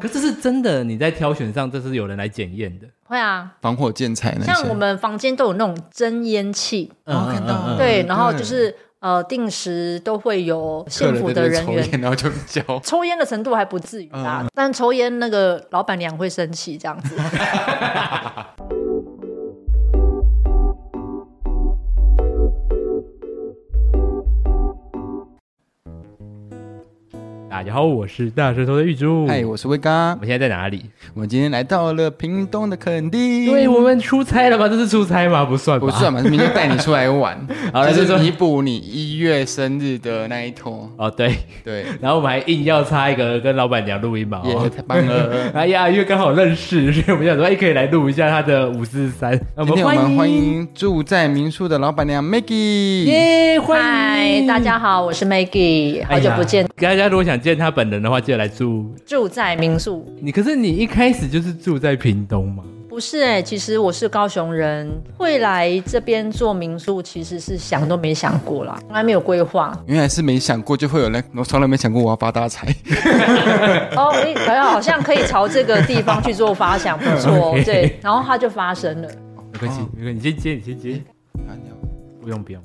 可是这是真的，你在挑选上这是有人来检验的。会啊，防火建材那些。像我们房间都有那种真烟器，哦看到了嗯对，然后对就是呃，定时都会有客县人府在那的边人抽员。烟，然后就叫哦抽烟的程度还不至于啦，但抽烟那个老板娘会生气这样子。大家好，我是大舌头的玉珠。嗨，我是威哥我，们现在在哪里？我们今天来到了屏东的垦丁。因为哎我们出差了吗？这是出差吗？不算吧，，不算嘛，明天带你出来玩 好了就就是说弥补你一月生日的那一坨。哦，对。对，然后我们还硬要插一个跟老板娘录音嘛。也哦太 棒了。哎呀，因为刚好认识，所以我们想说，哎，可以来录一下他的五四三。那 今天我们欢欢迎住在民宿的老板娘 Maggie。耶，欢嗨迎，大。家好，我是 Maggie，好久不见，哎呀大家如果想见他本人的话，记得来住。住在民宿。你可是你一开始就是住在屏东嘛？不是哎、其实我是高雄人，会来这边做民宿，其实是想都没想过啦，从来没有规划。原来是没想过就会有人，我从来没想过我要发大财。 哦，你好像好像可以朝这个地方去做发想，不错哦 OK 对。然后它就发生了，没关哦系，没关系，你先接，你先接，不用不用。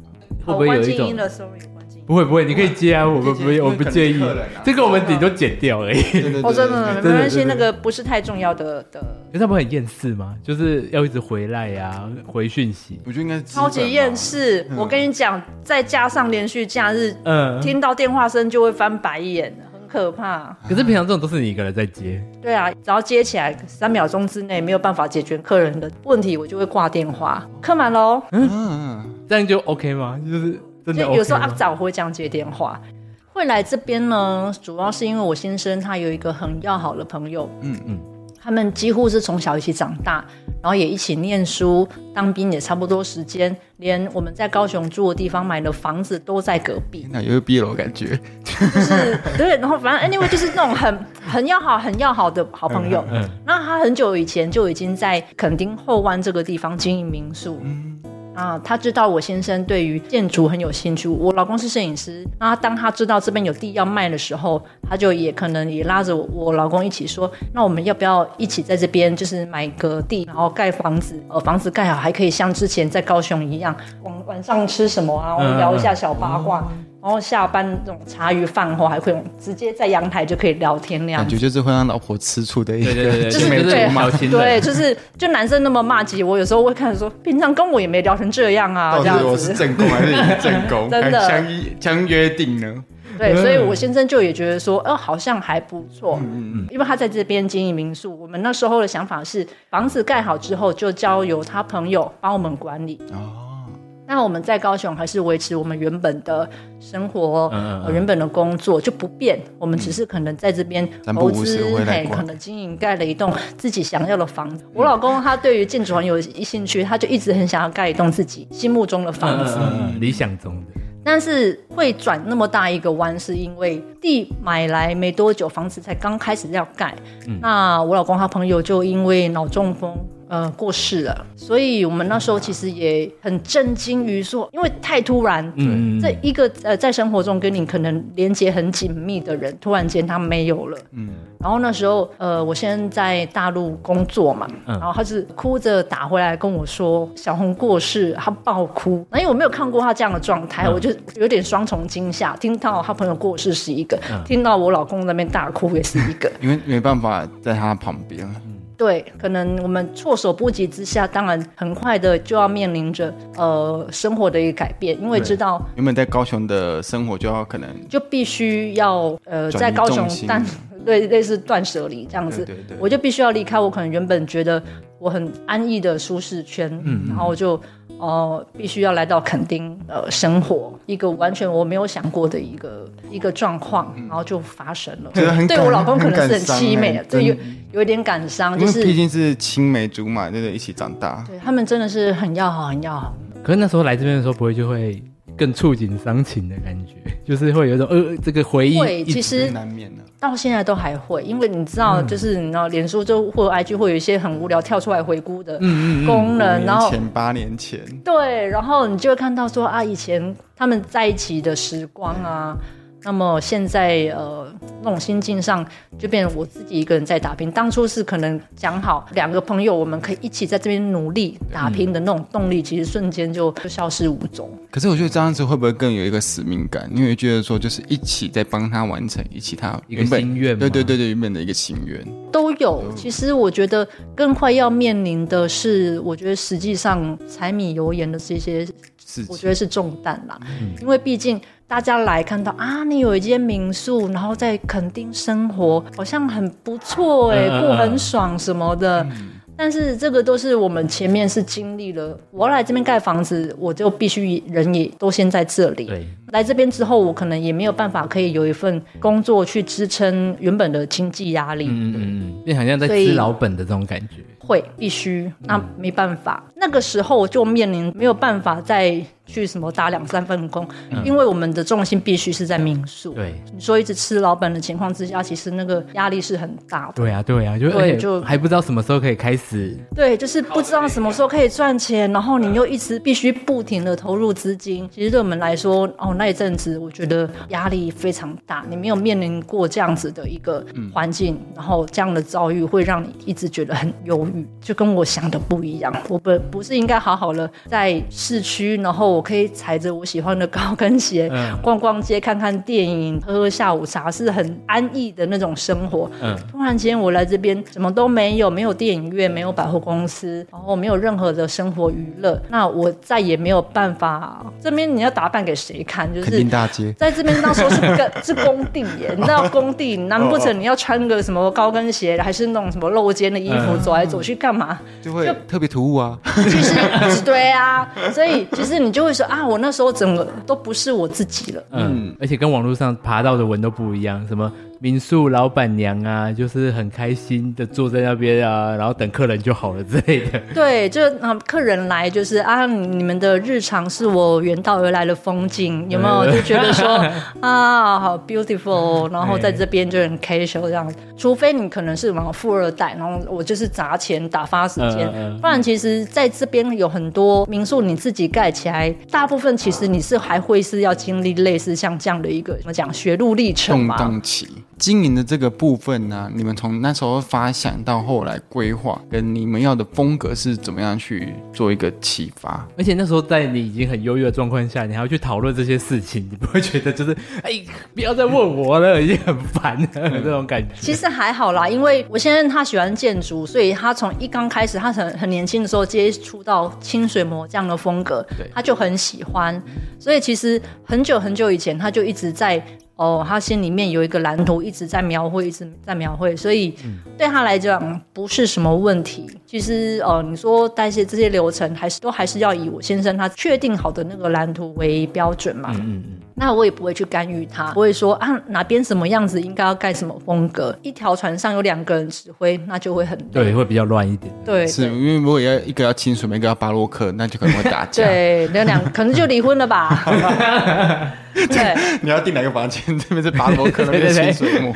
会不会有一哦静种音？了，sorry，关静音。不会不会，你可以接啊，我们可以不接我不介意因为可能是客人啊，这个我们顶多剪掉而已。对啊对哦，真的没关系，真的那个不是太重要的的。 可是他们很厌世嘛，就是要一直回来呀、回讯息。我觉得应该是基本嗯超吧级厌。世，我跟你讲，再加上连续假日，嗯，听到电话声就会翻白眼，很可怕。可是平常这种都是你一个人在接，对啊，只要接起来三秒钟之内没有办法解决客人的问题，我就会挂电话。客满喽，嗯，这样就 OK 吗？就是真就的 OK 有时候啊阿吗早会这样接电话。会来这边呢，主要是因为我先生他有一个很要好的朋友，嗯嗯嗯，他们几乎是从小一起长大，然后也一起念书、当兵也差不多时间，连我们在高雄住的地方买的房子都在隔壁。那有一毕业了，我感觉。就是对，然后反正 anyway 就是那种很很要好、很要好的好朋友。嗯那他很久以前就已经在垦丁后湾这个地方经营民宿。嗯啊，他知道我先生对于建筑很有兴趣，我老公是摄影师。那当他知道这边有地要卖的时候，他就也可能也拉着我我老公一起说，那我们要不要一起在这边就是买个地，然后盖房子？呃，房子盖好还可以像之前在高雄一样，晚晚上吃什么啊？我们聊一下小八卦。然后下班那种茶余饭后还会直接在阳台就可以聊天那样感子觉。就是会让老婆吃醋的一个，对对对对，就是没对啊有小 情对，人，就是就男生那么骂街，我有时候会看着说，平常跟我也没聊成这样啊，这到底样我子。是正宫还是你是正宫？真的还相依相约定呢？ 对，所以我先生就也觉得说，哦、好像还不错，嗯因为他在这边经营民宿。我们那时候的想法是，房子盖好之后就交由他朋友帮我们管理。哦，那我们在高雄还是维持我们原本的生活，嗯嗯嗯呃、原本的工作就不变。我们只是可能在这边嗯三不投五资时会，来嘿，逛可能经营盖了一栋自己想要的房子。我老公他对于建筑很有兴趣，他就一直很想要盖一栋自己心目中的房子。嗯，理想中的。但是会转那么大一个弯，是因为地买来没多久，房子才刚开始要盖。嗯那我老公他朋友就因为脑中风。呃，过世了，所以我们那时候其实也很震惊于说，因为太突然，嗯嗯嗯这一个呃，在生活中跟你可能连接很紧密的人，突然间他没有了，嗯，然后那时候呃，我先在大陆工作嘛，嗯然后他是哭着打回来跟我说，小红过世，他爆哭，那因为我没有看过他这样的状嗯态，我就有点双重惊吓，听到他朋友过世是一个，嗯听到我老公那边大哭也是一个， 因为没办法在他旁边，啊对，可能我们措手不及之下，当然很快的就要面临着呃生活的一个改变，因为对知道原本在高雄的生活就要可能就必须要呃转移在高雄重心断 对类似断舍离这样子，对对对我就必须要离开我可能原本觉得我很安逸的舒适圈，嗯然后就呃必须要来到垦丁呃生活，一个完全我没有想过的一个一个状况，然后就发生了。嗯觉得很对感我老公可能是很很感伤凄美欸，对真有有一点感伤，哦就因为毕是竟是青梅竹马，对对，一起长大。对他们真的是很要好，很要好。可是那时候来这边的时候，不会就会更触景伤情的感觉， 就是会有一种呃这个回忆会，一直其实难免的、啊，到到现在都还会，因为你知道，嗯就是你知道，脸书就或者 IG 会有一些很无聊跳出来回顾嗯的功能，然五后年前八年前，对，然后你就会看到说啊，以前他们在一起的时光啊，那么现在呃，那种心境上就变成我自己一个人在打拼。当初是可能讲好两个朋友，我们可以一起在这边努力打拼的那种动力，其实瞬间就就消失无踪。可是我觉得这样子会不会更有一个使命感？因为觉得说就是一起在帮他完成，一起他一个原本心愿嘛对对对对，原本的一个心愿。都嗯有。其实我觉得更快要面临的是，我觉得实际上柴米油盐的这些，是，我觉得是重担啦。嗯因为毕竟大家来看到啊，你有一间民宿，然后在垦丁生活，好像很不错哎、嗯嗯嗯嗯过很爽什么的。但是这个都是我们前面是经历了，我要来这边盖房子，我就必须人也都先在这里。对，来这边之后，我可能也没有办法可以有一份工作去支撑原本的经济压力。嗯嗯嗯，变好像在所以吃老本的这种感觉。会必须，那没办法。那个时候就面临没有办法再去什么打两三份工，因为我们的重心必须是在民宿。对，你说一直吃老本的情况之下，其实那个压力是很大的。对啊，对啊，就对而且就还不知道什么时候可以开始。对，就是不知道什么时候可以赚钱，然后你又一直必须不停的投入资金。其实对我们来说，哦，那一阵子我觉得压力非常大，你没有面临过这样子的一个环境，然后这样的遭遇会让你一直觉得很忧郁，就跟我想的不一样。我本不是应该好好的在市区，然后我可以踩着我喜欢的高跟鞋、嗯逛逛街、看看电影、喝喝下午茶，是很安逸的那种生活。嗯，突然间我来这边什么都没有，没有电影院，没有百货公司，然后没有任何的生活娱乐，那我再也没有办法。这边你要打扮给谁看？就肯是定。大街，在这边当时候是 个是工地耶，你知道工地，难不成你要穿个什么高跟鞋，还是那种什么露肩的衣服嗯走来走去干嘛？就会特别突兀啊。其实对啊，所以其实你就会说啊，我那时候整个都不是我自己了。嗯，而且跟网络上爬到的文都不一样，什么民宿老板娘啊，就是很开心的坐在那边啊，然后等客人就好了之类的。 对，就啊、客人来就是啊，你你们的日常是我远道而来的风景，有没有？就觉得说啊，好 beautiful，然后在这边就很 casual 这样。除非你可能是什么富二代，然后我就是砸钱打发时间，嗯嗯嗯不然其实在这边有很多民宿你自己盖起来，大部分其实你是还会是要经历类似像这样的一个怎么讲学路历程动嘛。荡期经营的这个部分呢、你们从那时候发想到后来规划，跟你们要的风格是怎么样去做一个启发？而且那时候在你已经很优越的状况下，你还要去讨论这些事情，你不会觉得就是哎、不要再问我了，已经很烦了这种感觉。其实还好啦，因为我先生他喜欢建筑，所以他从一刚开始，他很很年轻的时候接触到清水模这样的风格对，他就很喜欢。所以其实很久很久以前，他就一直在哦，他心里面有一个蓝图，一直在描绘，一直在描绘。所以对他来讲不是什么问题。其实呃，你说代谢这些流程，还是都还是要以我先生他确定好的那个蓝图为标准嘛。嗯嗯，那我也不会去干预他，不会说啊哪边什么样子应该要盖什么风格。一条船上有两个人指挥，那就会很对，会比较乱一点。对是因为如果要一个要清水，一个要巴洛克，那就可能会打架。对，那两可能就离婚了 吧。对，你要订哪个房间？这边是巴洛克，那边是清 水木。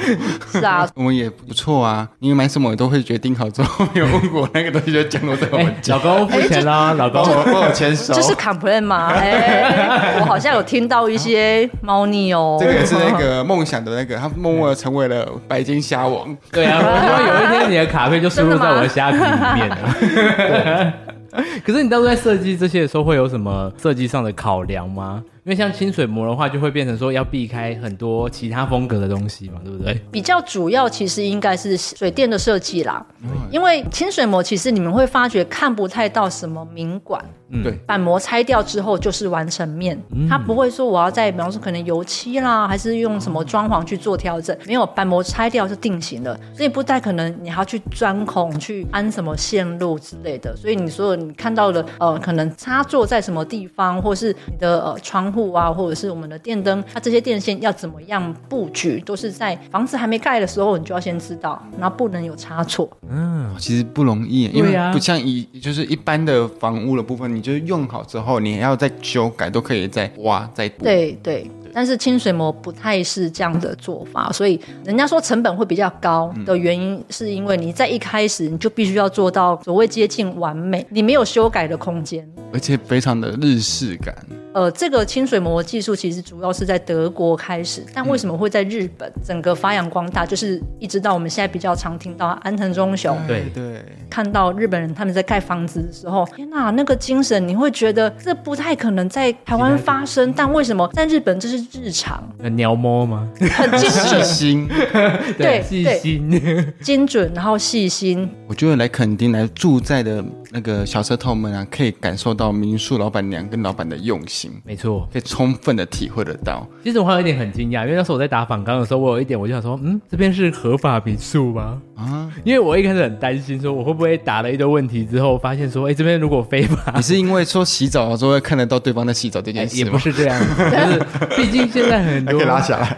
是啊，我们也不错啊，因为买什么我都会决定好之后，没有问过那个东西就降落在我哎、们家，老公付钱哎啦，老公帮。我帮我签收。这是 complain 吗？哎、我好像有听到一些猫腻哦。这个也是 那个梦想的那个，他默默地成为了白金虾王。对 啊，我希望有一天你的卡片就输入在我的虾皮里面了。 可是你当初在设计这些的时候，会有什么设计上的考量吗？因为像清水模的话，就会变成说要避开很多其他风格的东西嘛，对不对？比较主要其实应该是水电的设计啦，嗯因为清水模其实你们会发觉看不太到什么明管，嗯对板模拆掉之后就是完成面，它不会说我要在比方说可能油漆啦，还是用什么装潢去做调整，没有板模拆掉就定型了，所以不太可能你还要去钻孔去安什么线路之类的，所以你所有你看到的呃可能插座在什么地方，或是你的呃窗户啊，或者是我们的电灯，它这些电线要怎么样布局，都是在房子还没盖的时候你就要先知道，然后不能有差错，哦其实不容易，因对为啊不像一就是一般的房屋的部分，你就是用好之后，你还要再修改，都可以再挖再补。，对对，但是清水模不太是这样的做法，所以人家说成本会比较高的原因，是因为你在一开始你就必须要做到所谓接近完美，你没有修改的空间。而且非常的日式感，呃，这个清水模技术其实主要是在德国开始，但为什么会在日本整个发扬光大？就是一直到我们现在比较常听到安藤忠雄，对哎对，看到日本人他们在盖房子的时候，天哪，那个精神，你会觉得这不太可能在台湾发生，但为什么在日本这是日常，呃鸟摸吗？ 很精细准，心。对细对心， 精准，然后细 心，我觉得来垦丁来住在的那个小舌头们啊，可以感受到民宿老板娘跟老板的用心，没错。可以充分的体会得到。其实我还有一点很惊讶，因为那时候我在打反纲的时候，我有一点我就想说，嗯，这边是合法民宿吗？啊啊，因为我一开始很担心，说我会不会打了一堆问题之后，发现说，哎、这边如果非法，你是因为说洗澡的时候会看得到对方在洗澡这哎件事也吗？不是这 样，就是毕竟现在很还多可以拉下来，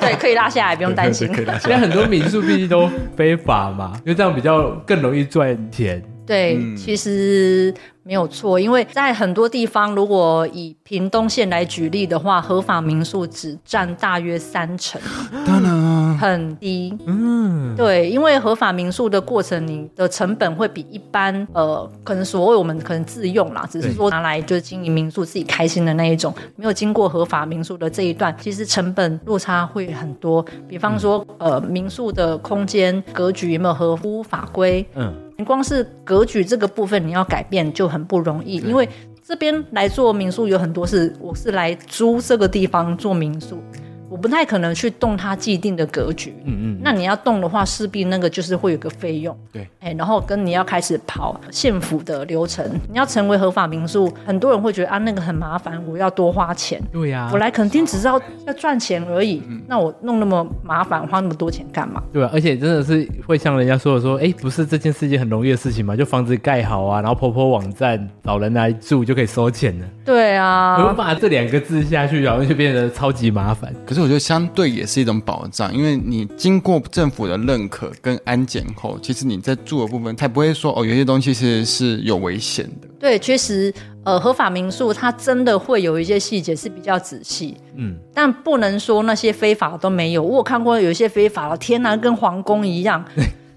对，可以拉下来，不用担心。可以拉下现在很多民宿毕竟都非法嘛，因为这样比较更容易赚钱。 对，嗯其实没有错，因为在很多地方，如果以屏东县来举例的话，合法民宿只占大约三成，来。当然啊，很低。嗯，对，因为合法民宿的过程，你的成本会比一般呃，可能所谓我们可能自用啦，只是说拿来就是经营民宿自己开心的那一种，没有经过合法民宿的这一段，其实成本落差会很多。比方说，呃，民宿的空间格局有没有合乎法规？嗯，你光是格局这个部分你要改变就很不容易，因为这边来做民宿有很多是我是来租这个地方做民宿，我不太可能去动它既定的格局。嗯嗯，那你要动的话，势必那个就是会有个费用。对，哎，然后跟你要开始跑县府的流程，你要成为合法民宿，很多人会觉得啊那个很麻烦，我要多花钱。对呀、我来肯定只知道要赚钱而已，那我弄那么麻烦，花那么多钱干嘛？对啊，而且真的是会像人家说的说，哎，不是这件事情很容易的事情嘛，就房子盖好啊，然后婆婆网站找人来住就可以收钱了。对啊，我、把这两个字下去，然后就变得超级麻烦。可是我觉得相对也是一种保障，因为你经过政府的认可跟安检后，其实你在住的部分，才不会说哦，有些东西其实是有危险的。对，确实，呃，合法民宿它真的会有一些细节是比较仔细，嗯，但不能说那些非法都没有。我有看过有一些非法的，天哪，跟皇宫一 样，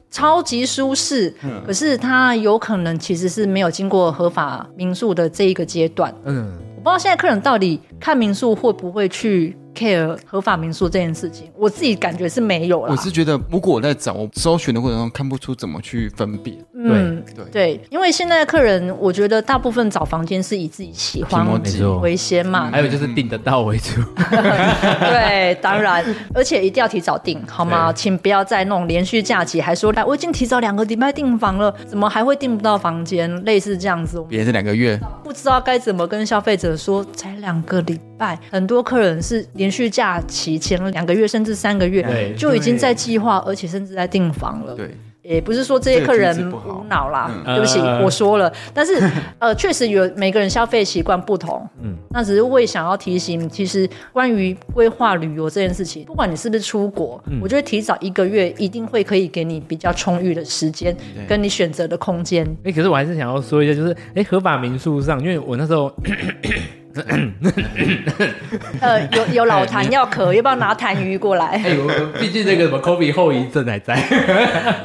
超级舒适，嗯可是它有可能其实是没有经过合法民宿的这一个阶段。呃嗯，我不知道现在客人到底看民宿会不会去 care 合法民宿这件事情，我自己感觉是没有啦我。是觉得，如果我在找我搜寻的过程中看不出怎么去分辨，嗯，对对，因为现在的客人，我觉得大部分找房间是以自己喜欢提摩没错。为先嗯嘛，还有就是订得到为主，对，当然，而且一定要提早订，好吗？对请不要再弄连续假期，还说来我已经提早两个礼拜订房了，怎么还会订不到房间？类似这样子，我们别人这两个月不知道该怎么跟消费者说，才两个礼拜，很多客人是连续假期前两个月甚至三个月对就已经在计划，而且甚至在订房了。 对，也不是说这些客人这个句子不好无脑啦，嗯对不起，呃我说了。但是呃，确实有每个人消费习惯不同，嗯嗯，那只是为想要提醒，其实关于规划旅游这件事情，不管你是不是出国，嗯我觉得提早一个月一定会可以给你比较充裕的时间，跟你选择的空 间。哎、可是我还是想要说一下，就是哎、合法民宿上，因为我那时候呃，有有老痰要咳，要不要拿痰盂过 来？哎、我毕竟那个什么 COVID 后遗症还在，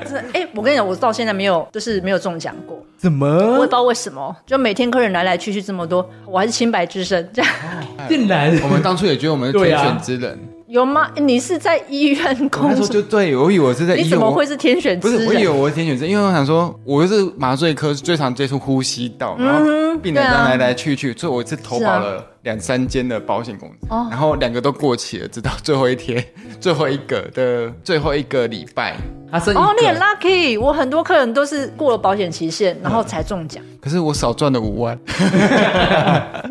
这哎、我跟你讲，我到现在没有，就是没有中奖过，怎我也不么知道为什么，就每天客人来来去去这么多，我还是清白之身，这样。 竟然我们当初也觉得我们是对天啊选之人，有吗？你是在医院那工时候作？就对我以为我是在医啊你院怎么我会是天选不之是，我以为人？嗯我是天选之人，因为我想说，我是麻醉科最常接触呼吸道，然后病人这样来来去去，所以我是投保了两三间的保险公司，啊哦然后两个都过期了，直到最后一天、 最后一个的最后一个礼拜。他生一哦，你很个 lucky，我很多客人都是过了保险期限，然后才中奖，可是我少赚了五万，嗯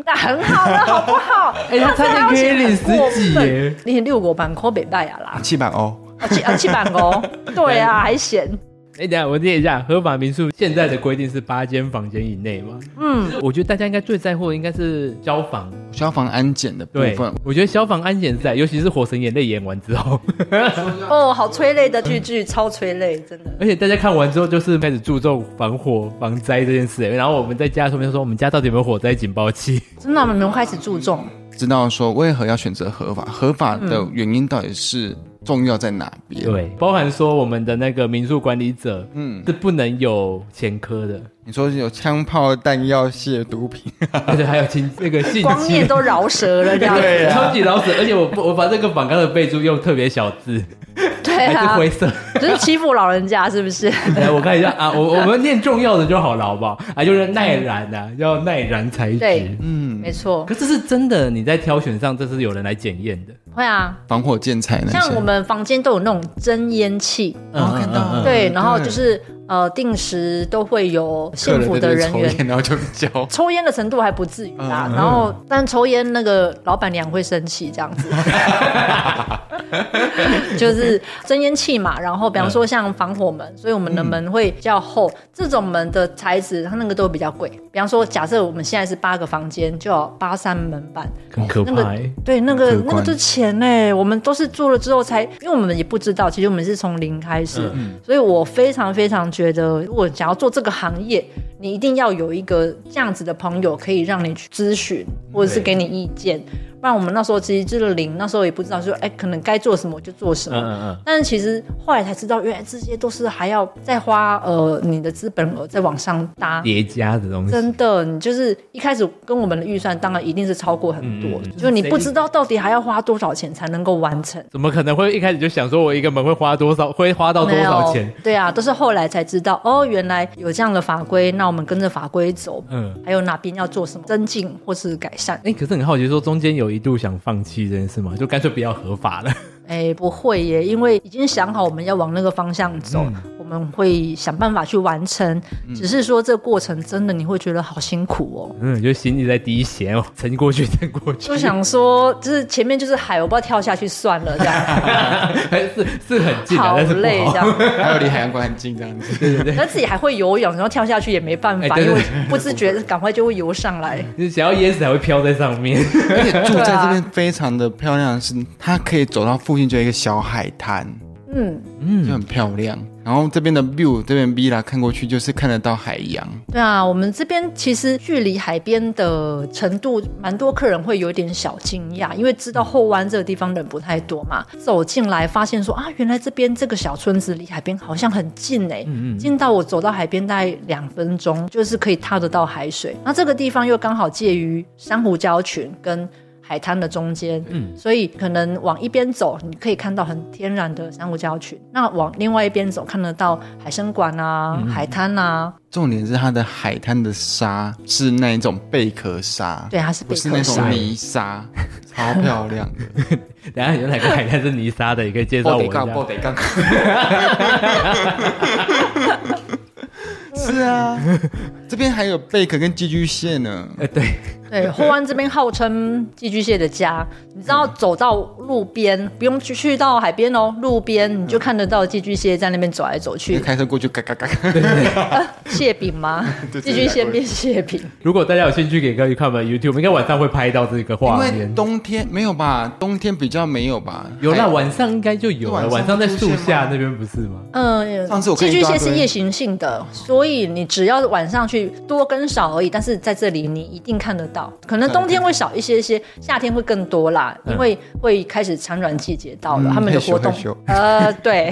那很好了，好不 好？哎他差点这样可以领很过十几分耶，领六五版扣北大雅啦，七百欧。啊七啊七版哦， 对啊，还嫌哎、等一下我念一下，合法民宿现在的规定是八间房间以内嘛？嗯，我觉得大家应该最在乎的应该是消防。消防安检的部对分，，我觉得消防安检在，尤其是《火神眼泪》演完之后， 哦，好催泪的剧剧，超催泪，真的。而且大家看完之后就是开始注重防火、防灾这件事。哎然后我们在家的时候就说，我们家到底有没有火灾警报器？真的，我 们开始注重，嗯知道说为何要选择合法，合法的原因到底是重要在哪边。对， 包含说我们的那个民宿管理者，嗯，是不能有前科 的，你说有枪炮、弹药、亵毒品，而且还有亲那个性光侵念。都饶舌了，这样 对子，啊超级老死，而且我我把这个榜单的备注用特别小字，对还是啊，灰色。就是欺负老人家，是不是？来， 我看一下啊，我我们念重要的就好了，好不好？啊，就是耐燃啊，要耐燃材质嗯对。嗯，没错可，是这是真的，你在挑选上这是有人来检验的。会啊。防火建材那些。像我们房间都有那种真烟器，哦看到了嗯对，然后对就是呃，定时都会有客幸人福在的这人边抽员。烟，然后嗯就教 抽烟的程度还不至于啦，然后但抽烟那个老板娘会生气这样 子，就是真烟器嘛。然后比方说像防火门，所以我们的门会比较厚，这种门的材质它那个都比较贵。比方说，假设我们现在是八个房间，就要八扇门板，很可那个怕欸。对，那个可观那个就钱嘞，我们都是做了之后才，因为我们也不知道，其实我们是从零开始，所以我非常非常觉得，如果想要做这个行业，你一定要有一个这样子的朋友，可以让你去咨询，或者是给你意见。不然我们那时候其实就是零，那时候也不知道说，哎，可能该做什么就做什么。嗯嗯嗯，但是其实后来才知道，原来这些都是还要再花呃你的资本额再往上搭，叠加的东西。真的，你就是一开始跟我们的预算，当然一定是超过很多，嗯哦就你不知道到底还要花多少钱才能够完成。怎么可能会一开始就想说我一个门会花多少，会花到多 少没钱？有？对啊，都是后来才知道哦，原来有这样的法规，那我们跟着法规走。嗯，还有哪边要做什么增进或是改善？哎、可是很好奇，说中间有一度想放弃这件事吗？就干脆不要合法了。 哎，不会耶，因为已经想好我们要往那个方向走，嗯我们会想办法去完成。只是说这过程真的你会觉得好辛苦哦。嗯，就心里在滴血哦，撑过去，撑过去就，想说，就是前面就是海，我不知道跳下去算了，这样 还是是很近啊，好但是累不这好。样。还有离海洋馆很近这样子。但自己还会游泳，然后跳下去也没办法，哎对因对为不自觉赶快就会游上来。你 想要淹死还会飘在上面，而且住对在啊这边非常的漂亮的是，它可以走到附近就有一个小海滩，嗯，就很漂亮。然后这边的 view，这边 villa 看过去就是看得到海洋，对啊，我们这边其实距离海边的程度，蛮多客人会有点小惊讶，因为知道后湾这个地方人不太多嘛，走进来发现说啊，原来这边这个小村子离海边好像很近哎、近到我走到海边大概两分钟，就是可以踏得到海水。那这个地方又刚好介于珊瑚礁群跟海滩的中间，嗯，所以可能往一边走，你可以看到很天然的珊瑚礁群；那往另外一边走，看得到海参馆啊、海滩啊，重点是它的海滩的沙是那一种贝壳沙，对，它是不贝是壳那鲨种。泥沙，超漂亮 的。 等一下有哪个海滩是泥沙的，也可以介绍我一下。得杠。 是啊，这边还有贝壳跟寄居蟹呢。呃，对， 对，后湾这边号称寄居蟹的家，你知道走到路边，不用去去到海边哦，路边你就看得到寄居蟹在那边走来走就 去。开车过去，嘎嘎嘎嘎。蟹饼吗？对寄居蟹对变蟹饼，如果大家有兴趣，可以可以看我们 YouTube，应该晚上会拍到这个因画为面。冬天没有吧？冬天比较没有吧？有啦，海。晚上应该就有了。晚晚上在上会树出现下吗那边不是吗？嗯，上次我看寄一居大蟹堆是夜行性的，所以你只要晚上去多跟少而已，但是在这里你一定看得到。可能冬天会少一些些，夏天会更多啦，因为会开始产卵季节到了，嗯他们的活动害羞害羞，呃， 对，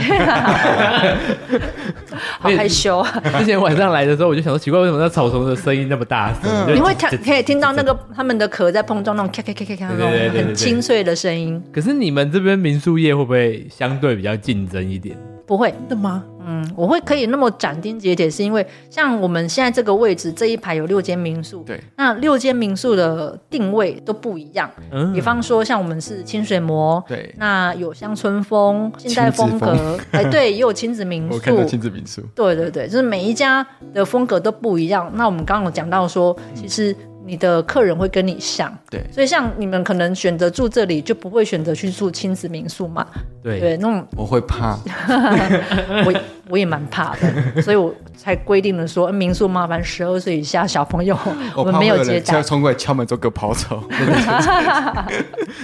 好害羞啊。 之前晚上来的时候，我就想说奇怪，为什么那草丛的声音那么大声？就你会听可以听到那个他们的壳在碰撞那种咔咔咔咔咔那对对对对种对很清脆的声音，可是你们这边民宿业会不会相对比较竞争一点？不会，真的吗？嗯，我会可以那么斩钉截铁，是因为像我们现在这个位置这一排有六间民宿，对，那六间民宿的定位都不一样，嗯比方说像我们是清水模，对那有乡村风、现代亲风子格，哎，对，也有亲子民 我宿，看到亲子民宿，对对对，就是每一家的风格都不一样。那我们刚刚有讲到说，其实你的客人会跟你像，嗯对所以像你们可能选择住这里，就不会选择去住亲子民宿嘛，对， 对，那种我会怕。我我也蛮怕的，所以我才规定了说，呃民宿麻烦十二岁以下小朋友，我我们怕没有会有接人待要。冲过来敲门，之后给我跑走。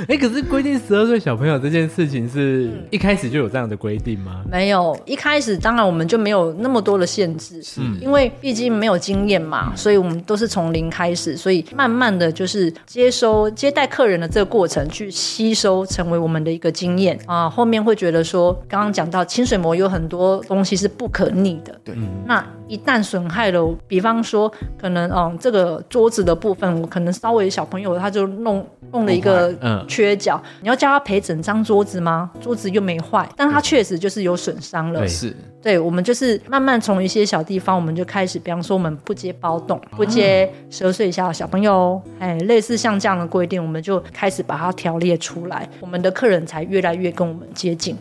哎、可是规定十二岁小朋友这件事情是一开始就有这样的规定吗？没有，一开始当然我们就没有那么多的限制，因为毕竟没有经验嘛，所以我们都是从零开始，所以慢慢的就是接收接待客人的这个过程，去吸收成为我们的一个经验啊。后面会觉得说，刚刚讲到清水膜有很多东西是不可逆的，对，那一旦损害了，比方说可能嗯这个桌子的部分，我可能稍微小朋友他就弄弄了一个嗯缺角，你要叫他赔整张桌子吗？桌子又没坏，但他确实就是有损伤了对。是对，我们就是慢慢从一些小地方，我们就开始，比方说我们不接包栋，啊不接十二岁以下的小朋友，哎，类似像这样的规定，我们就开始把它条列出来，我们的客人才越来越跟我们接近。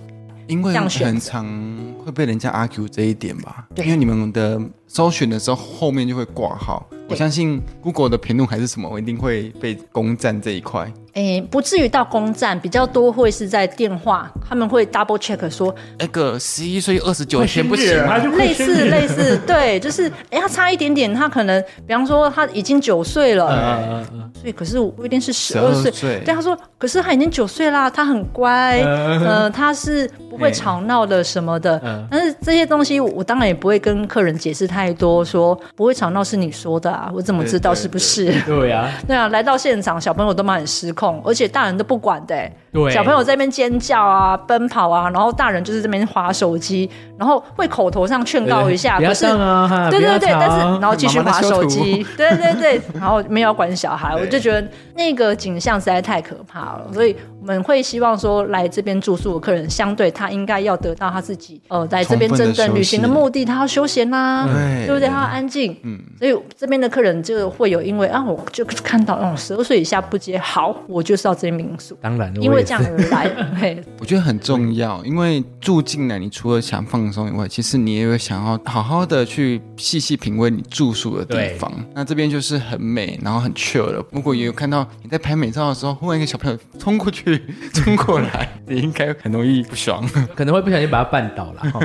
因为这样选很择常会被人家 argue 这一点吧，因为你们的搜寻的时候后面就会挂号，我相信 Google 的评论还是什么，我一定会被攻占这一块。诶，哎不至于到攻占，比较多会是在电话，他们会 double check 说那哎个十一岁二十九天不行啊，类似 类似，对，就是诶，他差一点点，他可能，比方说他已经九岁了，嗯嗯所以可是我一定是十二12岁，岁对，他说，可是他已经九岁啦，他很乖，嗯呃，他是不会吵闹的什么的，嗯但是这些东西我当然也不会跟客人解释太多，说不会吵闹是你说的啊，我怎么知道对对是不是？ 嗯，对呀、啊，对啊，来到现场，小朋友都蛮失控，而且大人都不管的、欸。对小朋友在那边尖叫啊、奔跑啊，然后大人就是这边划手机，然后会口头上劝告一下，对对可不是要上啊哈对不对要对，吵啊但是然后继续妈妈划在修手图 机，对对对，然后没有管小孩，对我就觉得那个景象实在太可怕了，所以我们会希望说来这边住宿的客人，相对他应该要得到他自己呃来这边充分真的正休旅行的息目的，他要休闲啦、对嗯对不对？他要安静，所以这边的客人就会有因为啊，我就看到哦，十二岁以下不接，好，我就是要这些民宿，当然，因我为也这样是而 来，嘿，我觉得很重要，因为住进来，你除了想放松以外，其实你也有想要好好的去细细品味你住宿的地方。那这边就是很美，然后很 chill 了。如果也有看到你在拍美照的时候，忽然一个小朋友冲过去、冲过来， 你应该很容易不爽。 可能会不小心把他绊倒了。哦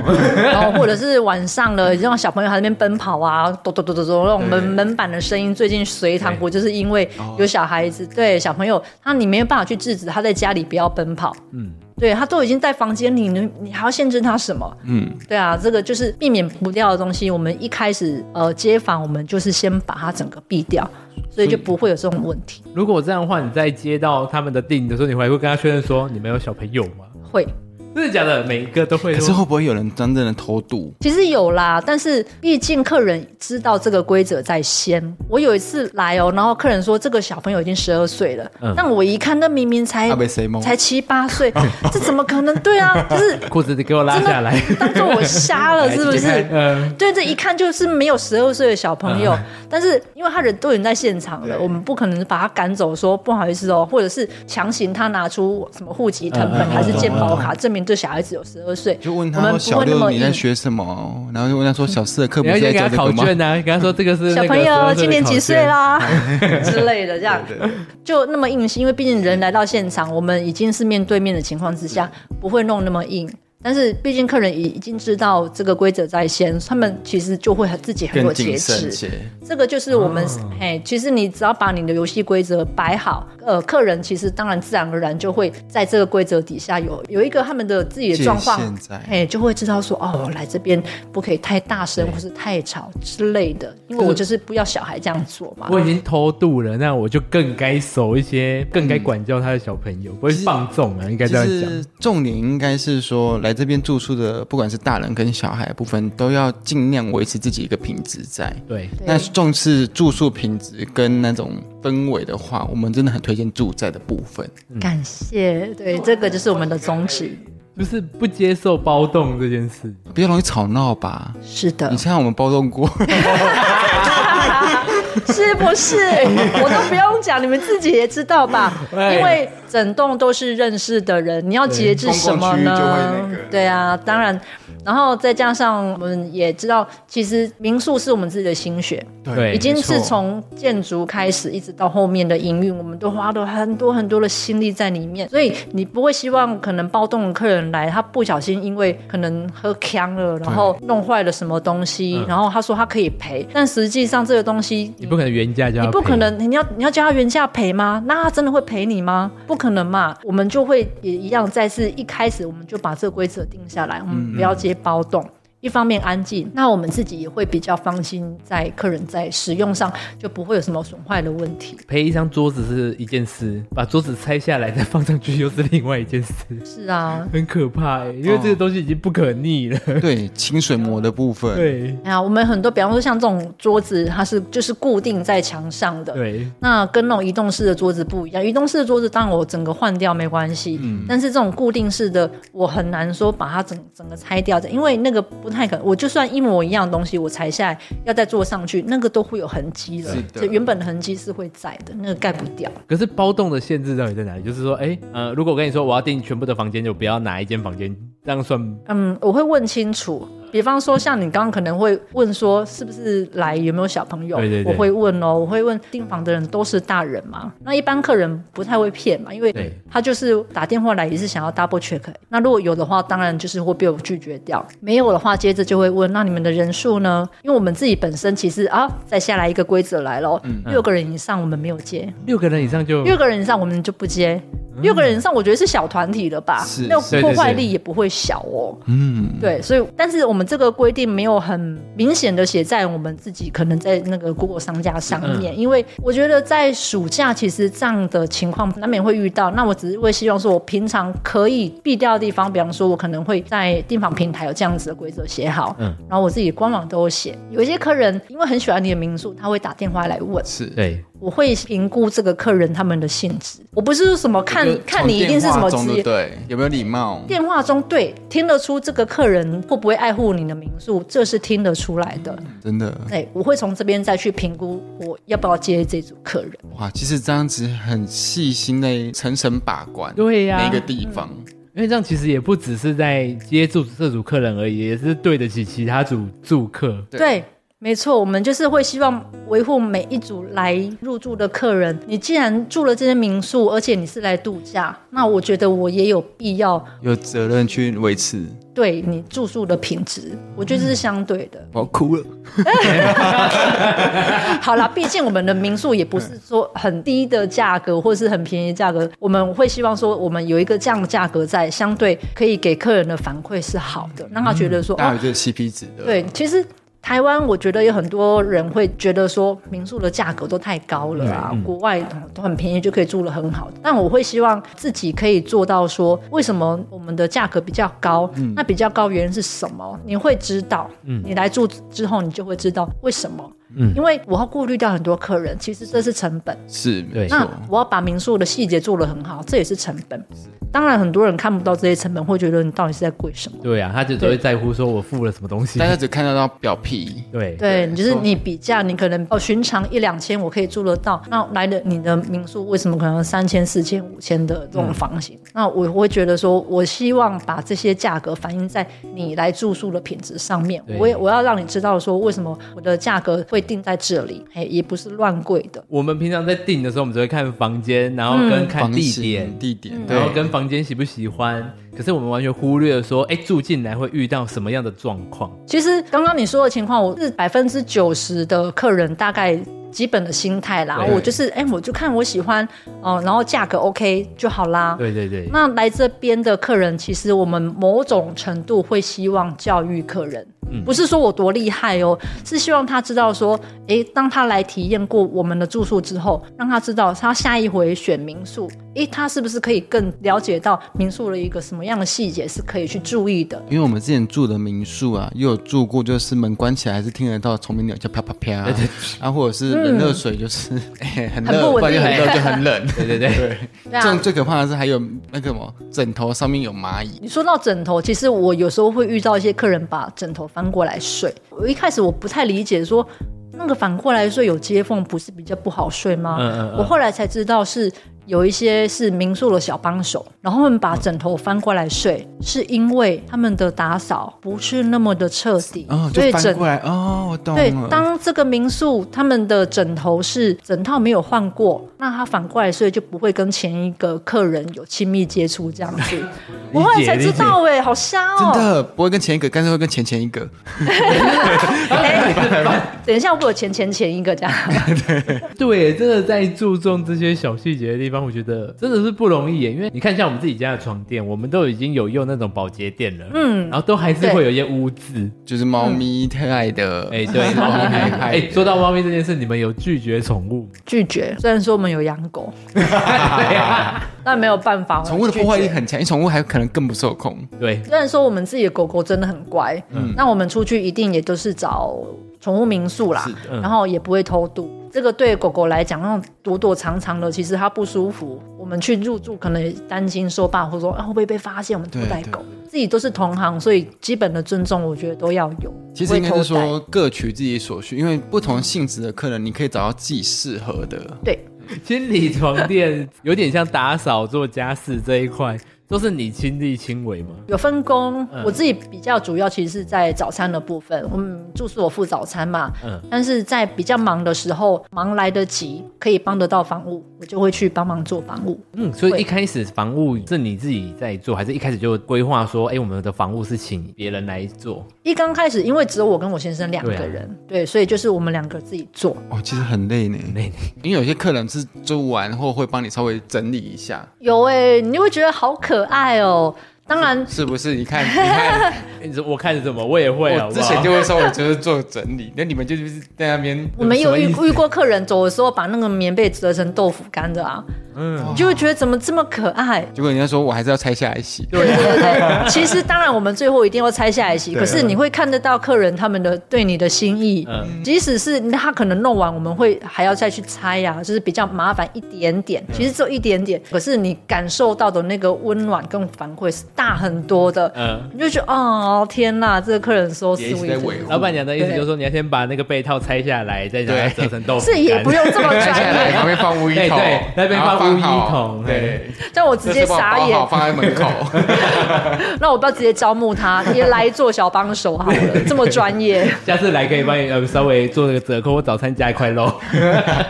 然后或者是晚上了，让小朋友还在那边奔跑啊，咚咚咚咚咚，那种门门板的声音。最近隋唐国就是因为有小孩子，对小朋友，他你没有办法去制止他在家里不要奔跑，嗯，对他都已经在房间里，你你还要限制他什么？嗯，对啊，这个就是避免不掉的东西。我们一开始呃接访，我们就是先把它整个避掉，所以就不会有这种问题。 如果这样的话，你在接到他们的订的时候，你还会跟他确认说你们有小朋友吗？会，真的假的？每一个都会可说。是会不会有人真正的偷渡？其实有啦，但是毕竟客人知道这个规则在先。我有一次来哦，然后客人说这个小朋友已经十二岁了，嗯但我一看，那明明才他被谁蒙？哦才七八岁， 这怎么可能？对啊， 就是裤子给我拉下来。 当做我瞎了，是不来解是开？嗯，对，这一看就是没有十二岁的小朋友，嗯但是因为他人都已经在现场了，我们不可能把他赶走，说不好意思哦，或者是强行他拿出什么户籍成本、嗯嗯嗯还是健保卡、证明这小孩子有十二岁，就问哎我们他不会说小那六么你在硬学什么？然后就问他说小四的课不你要是先在给教他这考个吗？卷啊，跟他说这个是那小个朋友啊12今年的几考岁卷？啦 之类的，这样对对就那么硬性，因为毕竟人来到现场，我们已经是面对面的情况之下，不会弄那么硬。但是毕竟客人已已经知道这个规则在先，他们其实就会很自己很有更节谨慎制。些。这个就是我们啊嘿，其实你只要把你的游戏规则摆好，呃，客人其实当然自然而然就会在这个规则底下有有一个他们的自己的状况界限在，嘿，就会知道说哦，来这边不可以太大声或是太吵之类的，因为我就是不要小孩这样做嘛。我已经偷渡了，啊那我就更该守一些，更该管教他的小朋友，不会放纵啊，应该这样其讲。实重点应该是说，来这边住宿的，不管是大人跟小孩的部分，都要尽量维持自己一个品质在。对，对那重视住宿品质跟那种氛围的话，我们真的很推荐住在的部分。嗯感谢，对，这个就是我们的宗旨。嗯就是不接受包动这件事。比较容易吵闹吧？是的啊你，像我们包 动过， 是不是？我都不用讲，你们自己也知道吧？哎因为整栋都是认识的人，你要节制什么公共区域就会呢那个？对啊，当然，然后再加上我们也知道，其实民宿是我们自己的心血，对已经没错是从建筑开始一直到后面的营运，我们都花了很多很多的心力在里面，所以你不会希望可能暴动的客人来，他不小心因为可能喝呛了，然后弄坏了什么东西，嗯然后他说他可以赔，但实际上这个东西你不可能原价就要你不可赔啊能，你要你要叫他原价赔吗？那他真的会赔你吗？不可能嘛！我们就会也一样，再次一开始我们就把这个规则定下来，我们嗯不要接包动。一方面安静，那我们自己也会比较放心，在客人在使用上就不会有什么损坏的问题。赔一张桌子是一件事，把桌子拆下来再放上去又是另外一件事，是啊， 很可怕、欸，因为这个东西已经不可逆了。对清水膜的部分，对哎呀，我们很多，比方说像这种桌子，它是就是固定在墙上的， 对，那跟那种移动式的桌子不一样，移动式的桌子当然我整个换掉没关系，嗯但是这种固定式的，我很难说把它整整个拆掉的，因为那个不太可能。我就算一模一样的东西，我裁下来要再做上去，那个都会有痕迹的是，的就原本的痕迹是会在的，那个盖不掉。可是包栋的限制到底在哪里？就是说，哎、呃，如果我跟你说我要订全部的房间，就不要哪一间房间，这样算嗯，我会问清楚。比方说，像你刚刚可能会问说，是不是来有没有小朋友？对对对我会问哦，我会问订房的人都是大人嘛？那一般客人不太会骗嘛，因为对他就是打电话来也是想要 double check。那如果有的话，当然就是会被我拒绝掉；没有的话，接着就会问，那你们的人数呢？因为我们自己本身其实啊，再下来一个规则来了哦，嗯六个人以上我们没有接，六个人以上就嗯六个人以上我们就不接。六个人以上，我觉得是小团体了吧是？那是破是坏是力也不会小哦。嗯，对，所以但是我们这个规定没有很明显的写在我们自己可能在那个 Google 商家上面，嗯因为我觉得在暑假其实这样的情况难免会遇到。那我只是会希望说，我平常可以避掉的地方，比方说，我可能会在订房平台有这样子的规则写好，嗯然后我自己官网都有写。有一些客人因为很喜欢你的民宿，他会打电话来问，是，对，我会评估这个客人他们的性质。我不是说什么看就看从你一定是什么电话中职就业，对，有没有礼貌？电话中对听得出这个客人会不会爱护你的民宿，这是听得出来的。真的，哎，我会从这边再去评估我要不要接这组客人。哇，其实这样子很细心的层层把关，对呀嗯每一个地方，因为这样其实也不只是在接住这组客人而已，也是对得起其他组住客。对对，没错，我们就是会希望维护每一组来入住的客人。你既然住了这些民宿，而且你是来度假，那我觉得我也有必要有责任去维持。对你住宿的品质，我觉得这嗯是相对的。我要哭了， 好啦，毕竟我们的民宿也不是说很低的价格，或是很便宜的价格，我们会希望说我们有一个这样的价格在，相对可以给客人的反馈是好的，让他觉得说、大家哦有，这个 CP 值的，，对，其实。台湾我觉得有很多人会觉得说民宿的价格都太高了嗯啊，国外都很便宜就可以住得很好。但我会希望自己可以做到说，为什么我们的价格比较高？嗯那比较高原因是什么？你会知道，你来住之后你就会知道为什么。嗯因为我要顾虑掉很多客人，其实这是成本。是，对没那错，我要把民宿的细节做得很好，这也是成本。当然，很多人看不到这些成本，会觉得你到底是在贵什么。对呀、啊他就只会在乎说我付了什么东西大。家只看得到表皮，对对，对你就是没错你比价，你可能哦，寻常一两千我可以住得到，那来的你的民宿为什么可能三千、四千、五千的这种嗯房型？那我会觉得说，我希望把这些价格反映在你来住宿的品质上面。对我也我要让你知道说，为什么我的价格会定在这里，哎，也不是乱贵的。我们平常在订的时候，我们只会看房间，然后跟看房地型点，地嗯点，然后对，跟房间喜不喜欢。可是我们完全忽略了说，哎，住进来会遇到什么样的状况？其实刚刚你说的情况，我是百分之九十的客人大概。基本的心态啦，对我就是哎、我就看我喜欢，嗯、然后价格 OK 就好啦。对对对，那来这边的客人，其实我们某种程度会希望教育客人，不是说我多厉害哦，是希望他知道说，诶，当他来体验过我们的住宿之后，让他知道他下一回选民宿，诶，他是不是可以更了解到民宿的一个什么样的细节是可以去注意的？因为我们之前住的民宿啊，也有住过，就是门关起来还是听得到虫鸣鸟叫啪啪啪啊，啊，或者是冷热水就是、嗯 哎很很热，不稳定不然就很热就很冷。对对对对， 对啊这种最可怕的是还有那个什么枕头上面有蚂蚁，你说到枕头，其实我有时候会遇到一些客人把枕头翻过来睡。我一开始我不太理解说，那个反过来睡有接缝不是比较不好睡吗？嗯嗯嗯我后来才知道是有一些是民宿的小帮手，然后他们把枕头翻过来睡，是因为他们的打扫不是那么的彻底，哦，所以就枕翻过来哦，我懂了。对，当这个民宿他们的枕头是整套没有换过，那他反过来睡就不会跟前一个客人有亲密接触这样 子。我后来才知道、哎，好瞎真哦！的不会跟前一个，但是会跟前前一个。等一下，我有前前前一个 这样，对，真的在注重这些小细节的地方，我觉得真的是不容易耶。因为你看，像我们自己家的床垫，我们都已经有用那种保洁垫了，嗯，然后都还是会有一些污渍。就是猫咪太爱的，哎、 对，猫咪还嗨哎，说到猫咪这件事，你们有拒绝宠 物吗？拒绝。 虽然说我们有养狗，对啊，但没有办法，宠物的破坏我们拒力绝。很强，因为宠物还可能更不受控。对，虽然说我们自己的狗狗真的很乖，嗯那我们出去一定也都是找宠物民宿啦是，嗯然后也不会偷渡。这个对狗狗来讲，那种躲躲藏藏的，其实它不舒服。我们去入住，可能也担心说爸或说啊会不会被发现我们偷带对对狗。自己都是同行，所以基本的尊重我觉得都要有。其实应该是不会偷说各取自己所需，因为不同性质的客人，你可以找到自己适合的。带，对清理床垫有点像打扫做家事这一块，都是你亲力亲为吗？有分工。嗯我自己比较主要其实是在早餐的部分，我们住宿我付早餐嘛，嗯但是在比较忙的时候，忙来得及可以帮得到房务，我就会去帮忙做房务。嗯，所以会一开始房务是你自己在做，还是一开始就规划说，哎、我们的房务是请别人来做？一刚开始，因为只有我跟我先生两个对啊人，对，所以就是我们两个自己做。哦，其实很累呢，累因为有些客人是做完后会帮你稍微整理一下，有哎、你会觉得好可爱哦。当然，是不是？你看，你看，你说我看什么，我也会啊。我之前就会稍微就是做整理，那你们就是在那边我们有什遇么意思遇过客人走的时候，把那个棉被折成豆腐干的啊，嗯你就会觉得怎么这么可爱。结果人家说我还是要拆下来洗，对对对 对，其实当然我们最后一定要拆下来洗，对可是你会看得到客人他们的对你的心意，嗯，即使是他可能弄完，我们会还要再去拆呀、就是比较麻烦一点点，嗯其实只有一点点，可是你感受到的那个温暖跟反馈是大很多的， 嗯你就觉得哦天呐，这个客人说也一直在维 sweet，护老板娘的意思就是说，你要先把那个被套拆下来，再把它折成豆腐是干。也不用这么拆下专来业，旁边放乌衣对桶对，那边然后放乌衣好桶对， 但我直接那是帮我傻包好眼，放在门口，那我不要直接招募他，也来做小帮手好了，这么专 业，下次来可以帮你呃稍微做那个折扣，我早餐加一块 肉。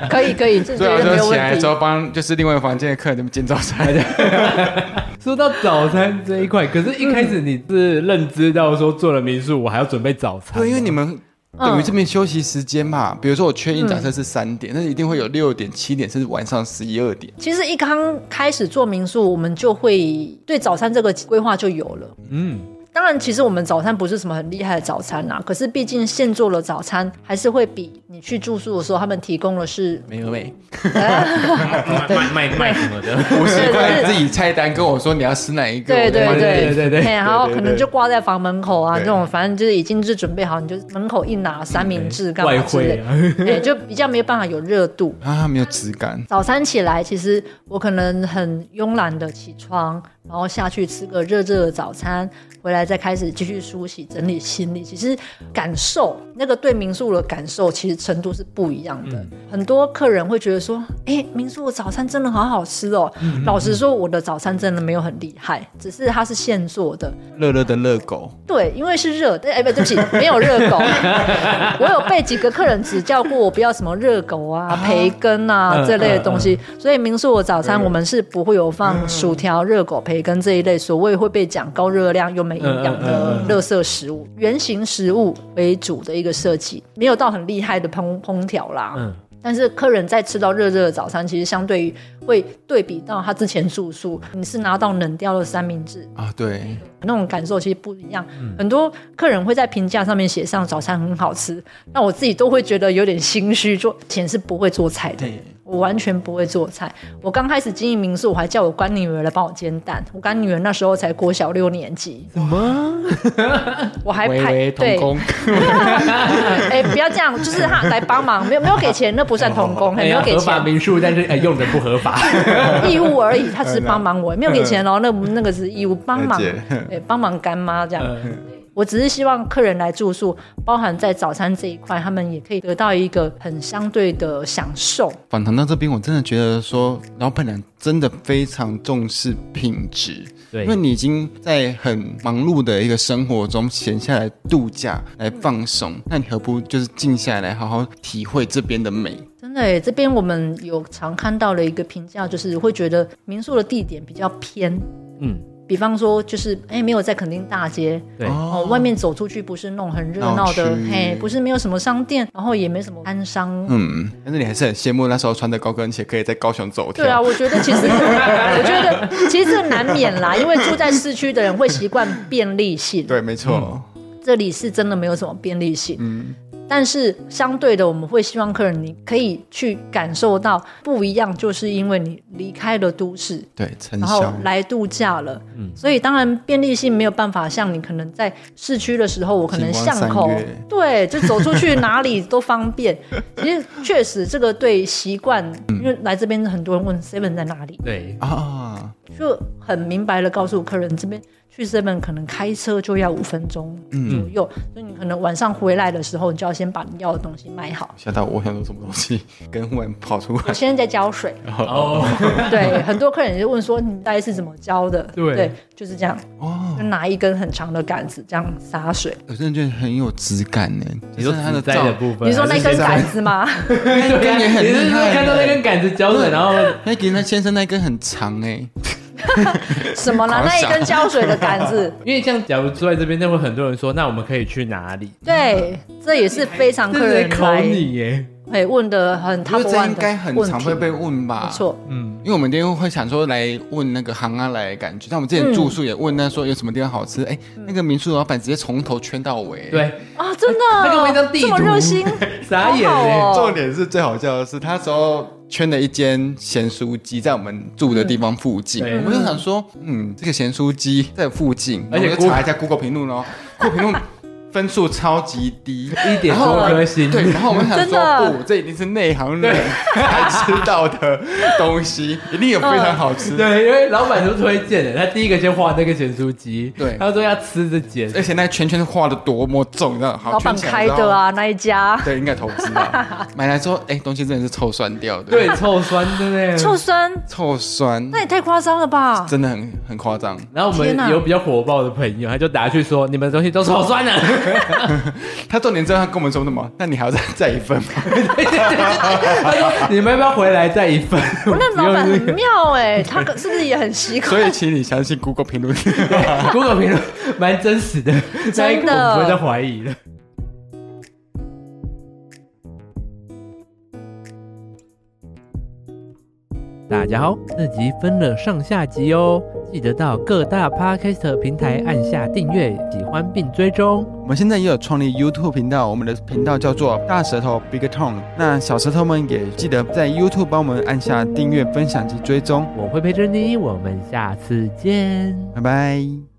可以可以，这所以我绝对没有啊就起来问之题后。帮就是另外一个房间的客人们煎早餐，说到早餐这一块，可是一开始你是认知到说做了民宿，我还要准备早餐。对，因为你们等于这边休息时间嗯嘛，比如说我确定假设是三点，那一定会有六点、七点，甚至晚上十一二点。其实一刚开始做民宿，我们就会对早餐这个规划就有了。嗯，当然，其实我们早餐不是什么很厉害的早餐啊啦，可是毕竟现做的早餐还是会比你去住宿的时候他们提供的是没有没，卖卖卖什么的？五十块自己菜单跟我说你要吃哪一个，对对我就帮你对对对对嘿然后可能就挂在房门口啊，对这种反正就是已经是准备好，你就门口一拿三明治 干外嘛之汇类，啊，对，就比较没有办法有热度。啊，没有质感。早餐起来，其实我可能很慵懒的起床，然后下去吃个热热的早餐，回来再开始继续梳洗整理行李。其实感受那个对民宿的感受，其实程度是不一样的。很多客人会觉得说：“哎、民宿的早餐真的好好吃哦。老实说，我的早餐真的没有很厉害，只是它是现做的。乐乐的热狗，对，因为是热，对，哎、不对不 起，没有热狗。我有被几个客人指教过，我不要什么热狗啊、培根啊、嗯这类的东西。所以民宿的早餐我们是不会有放薯条、热狗、培根这一类所谓会被讲高热量又没营养的嗯嗯嗯嗯垃圾食物，原型食物为主的一个设计，没有到很厉害的烹烹调啦。嗯，但是客人在吃到热热的早餐，其实相对于会对比到他之前住宿，你是拿到冷掉的三明治，啊，对，那种感受其实不一样。嗯很多客人会在评价上面写上早餐很好吃，那我自己都会觉得有点心虚，就以前是不会做菜的对。我完全不会做菜。我刚开始经营民宿，我还叫我干女儿来帮我煎蛋。我干女儿那时候才国小六年级，什么？我还微派微同对，工，哎、不要这样，就是他来帮忙，没有没有给钱，那不算童工，还哎没有呀，给合法钱，民宿，但是哎用的不合 法。哎义务而已，他只是帮忙我，没有给钱哦，那那个只是义务帮忙，了解对，帮忙干妈这样。嗯我只是希望客人来住宿，包含在早餐这一块，他们也可以得到一个很相对的享受。访谈到这边，我真的觉得说，老板娘真的非常重视品质。对因为你已经在很忙碌的一个生活中闲下来度假来放松，那你何不就是静下来，好好体会这边的美？真的耶，这边我们有常看到了一个评价，就是会觉得民宿的地点比较偏，嗯，比方说就是哎没有在垦丁大街，对，哦，外面走出去不是那种很热闹的闹区，嘿，不是没有什么商店，然后也没什么摊商。嗯，但是你还是很羡慕那时候穿的高跟鞋可以在高雄走跳。对啊，，我觉得其实， 我觉得其实这难免啦，因为住在市区的人会习惯便利性，对，没错。这里是真的没有什么便利性。嗯但是相对的，我们会希望客人你可以去感受到不一样，就是因为你离开了都市，对，成然后效。来度假了。嗯所以当然便利性没有办法像你可能在市区的时候，我可能巷口星光三月对，就走出去哪里都方便。其实确实这个对习惯，嗯因为来这边很多人问 Seven 在哪里，对，啊，就很明白的告诉客人这边。去 seven 可能开车就要五分钟嗯左右，所以你可能晚上回来的时候，你就要先把你要的东西买 好。吓到我想说什么东西，跟忽然跑出来我，现在在浇 水，哦，对，很多客人也就问说你大概是怎么浇的？对就是这样，哦，就拿一根很长的杆子这样撒水。我真的觉得很有质感呢。你说就是它它的的在造的，部分，你说那还根杆是子 吗？那根根也很你是厉不害是看到那根杆子浇水，然后那给那先生那根很长哎，什么啦？狂那一想根浇水的杆 子，因为像假如住在这边，那会很多人说，那我们可以去哪里？对，这也是非常客这是人在考来你耶，会问的很因 top one 为这的应该很问常题会被问吧？没错，嗯，因为我们今天会想说来问那个行啊来的感觉，像我们之前住宿也问那说有什么地方好吃，哎、嗯那个民宿老板直接从头圈到尾。，哎对，啊，真的，他给我一张地这么图热心，傻眼好好耶，哦重点是最好笑的是，他那时候圈了一间咸酥鸡在我们住的地方附近，嗯我就想说，嗯，这个咸酥鸡在附近，而且然后我就查一下 Google 评论哦，Google 评论分数超级低。一点多颗星，对，然后我们想真说，的不，这一定是内行人才知道的 东西，一定有非常好吃。对，因为老板就推荐的，他第一个先画那个咸酥鸡，对他说要吃着减，而且那圈圈画的多么重，你知道？好老板开的！啊，那一家圈起来之后对，应该投 资吧。买来之后，哎、东西真的是臭酸掉的，对，，臭酸的呢，臭酸，臭酸那，也太夸张了吧？ 真的很很夸张。然后我天们哪有比较火爆的朋友，他就打去说你们的东西都超酸的，他重点之后，他跟我们说什么？那你还要再 再一份吗？你们要不要回来再一份？我那老板不用很这个妙哎，他可是不是也很 奇怪？所以，请你相信 Google 评论。 Google 评论蛮真实的，下一真个我的不会再怀疑了。大家好，这集分了上下集哦，记得到各大 podcast 平台按下订阅、喜欢并追踪。 我们现在也有创立 YouTube 频道，我们的频道叫做大舌头 Big Tongue。那小舌头们也记得在 YouTube 帮我们按下订阅、分享及追踪。我会陪着你，我们下次见。拜拜。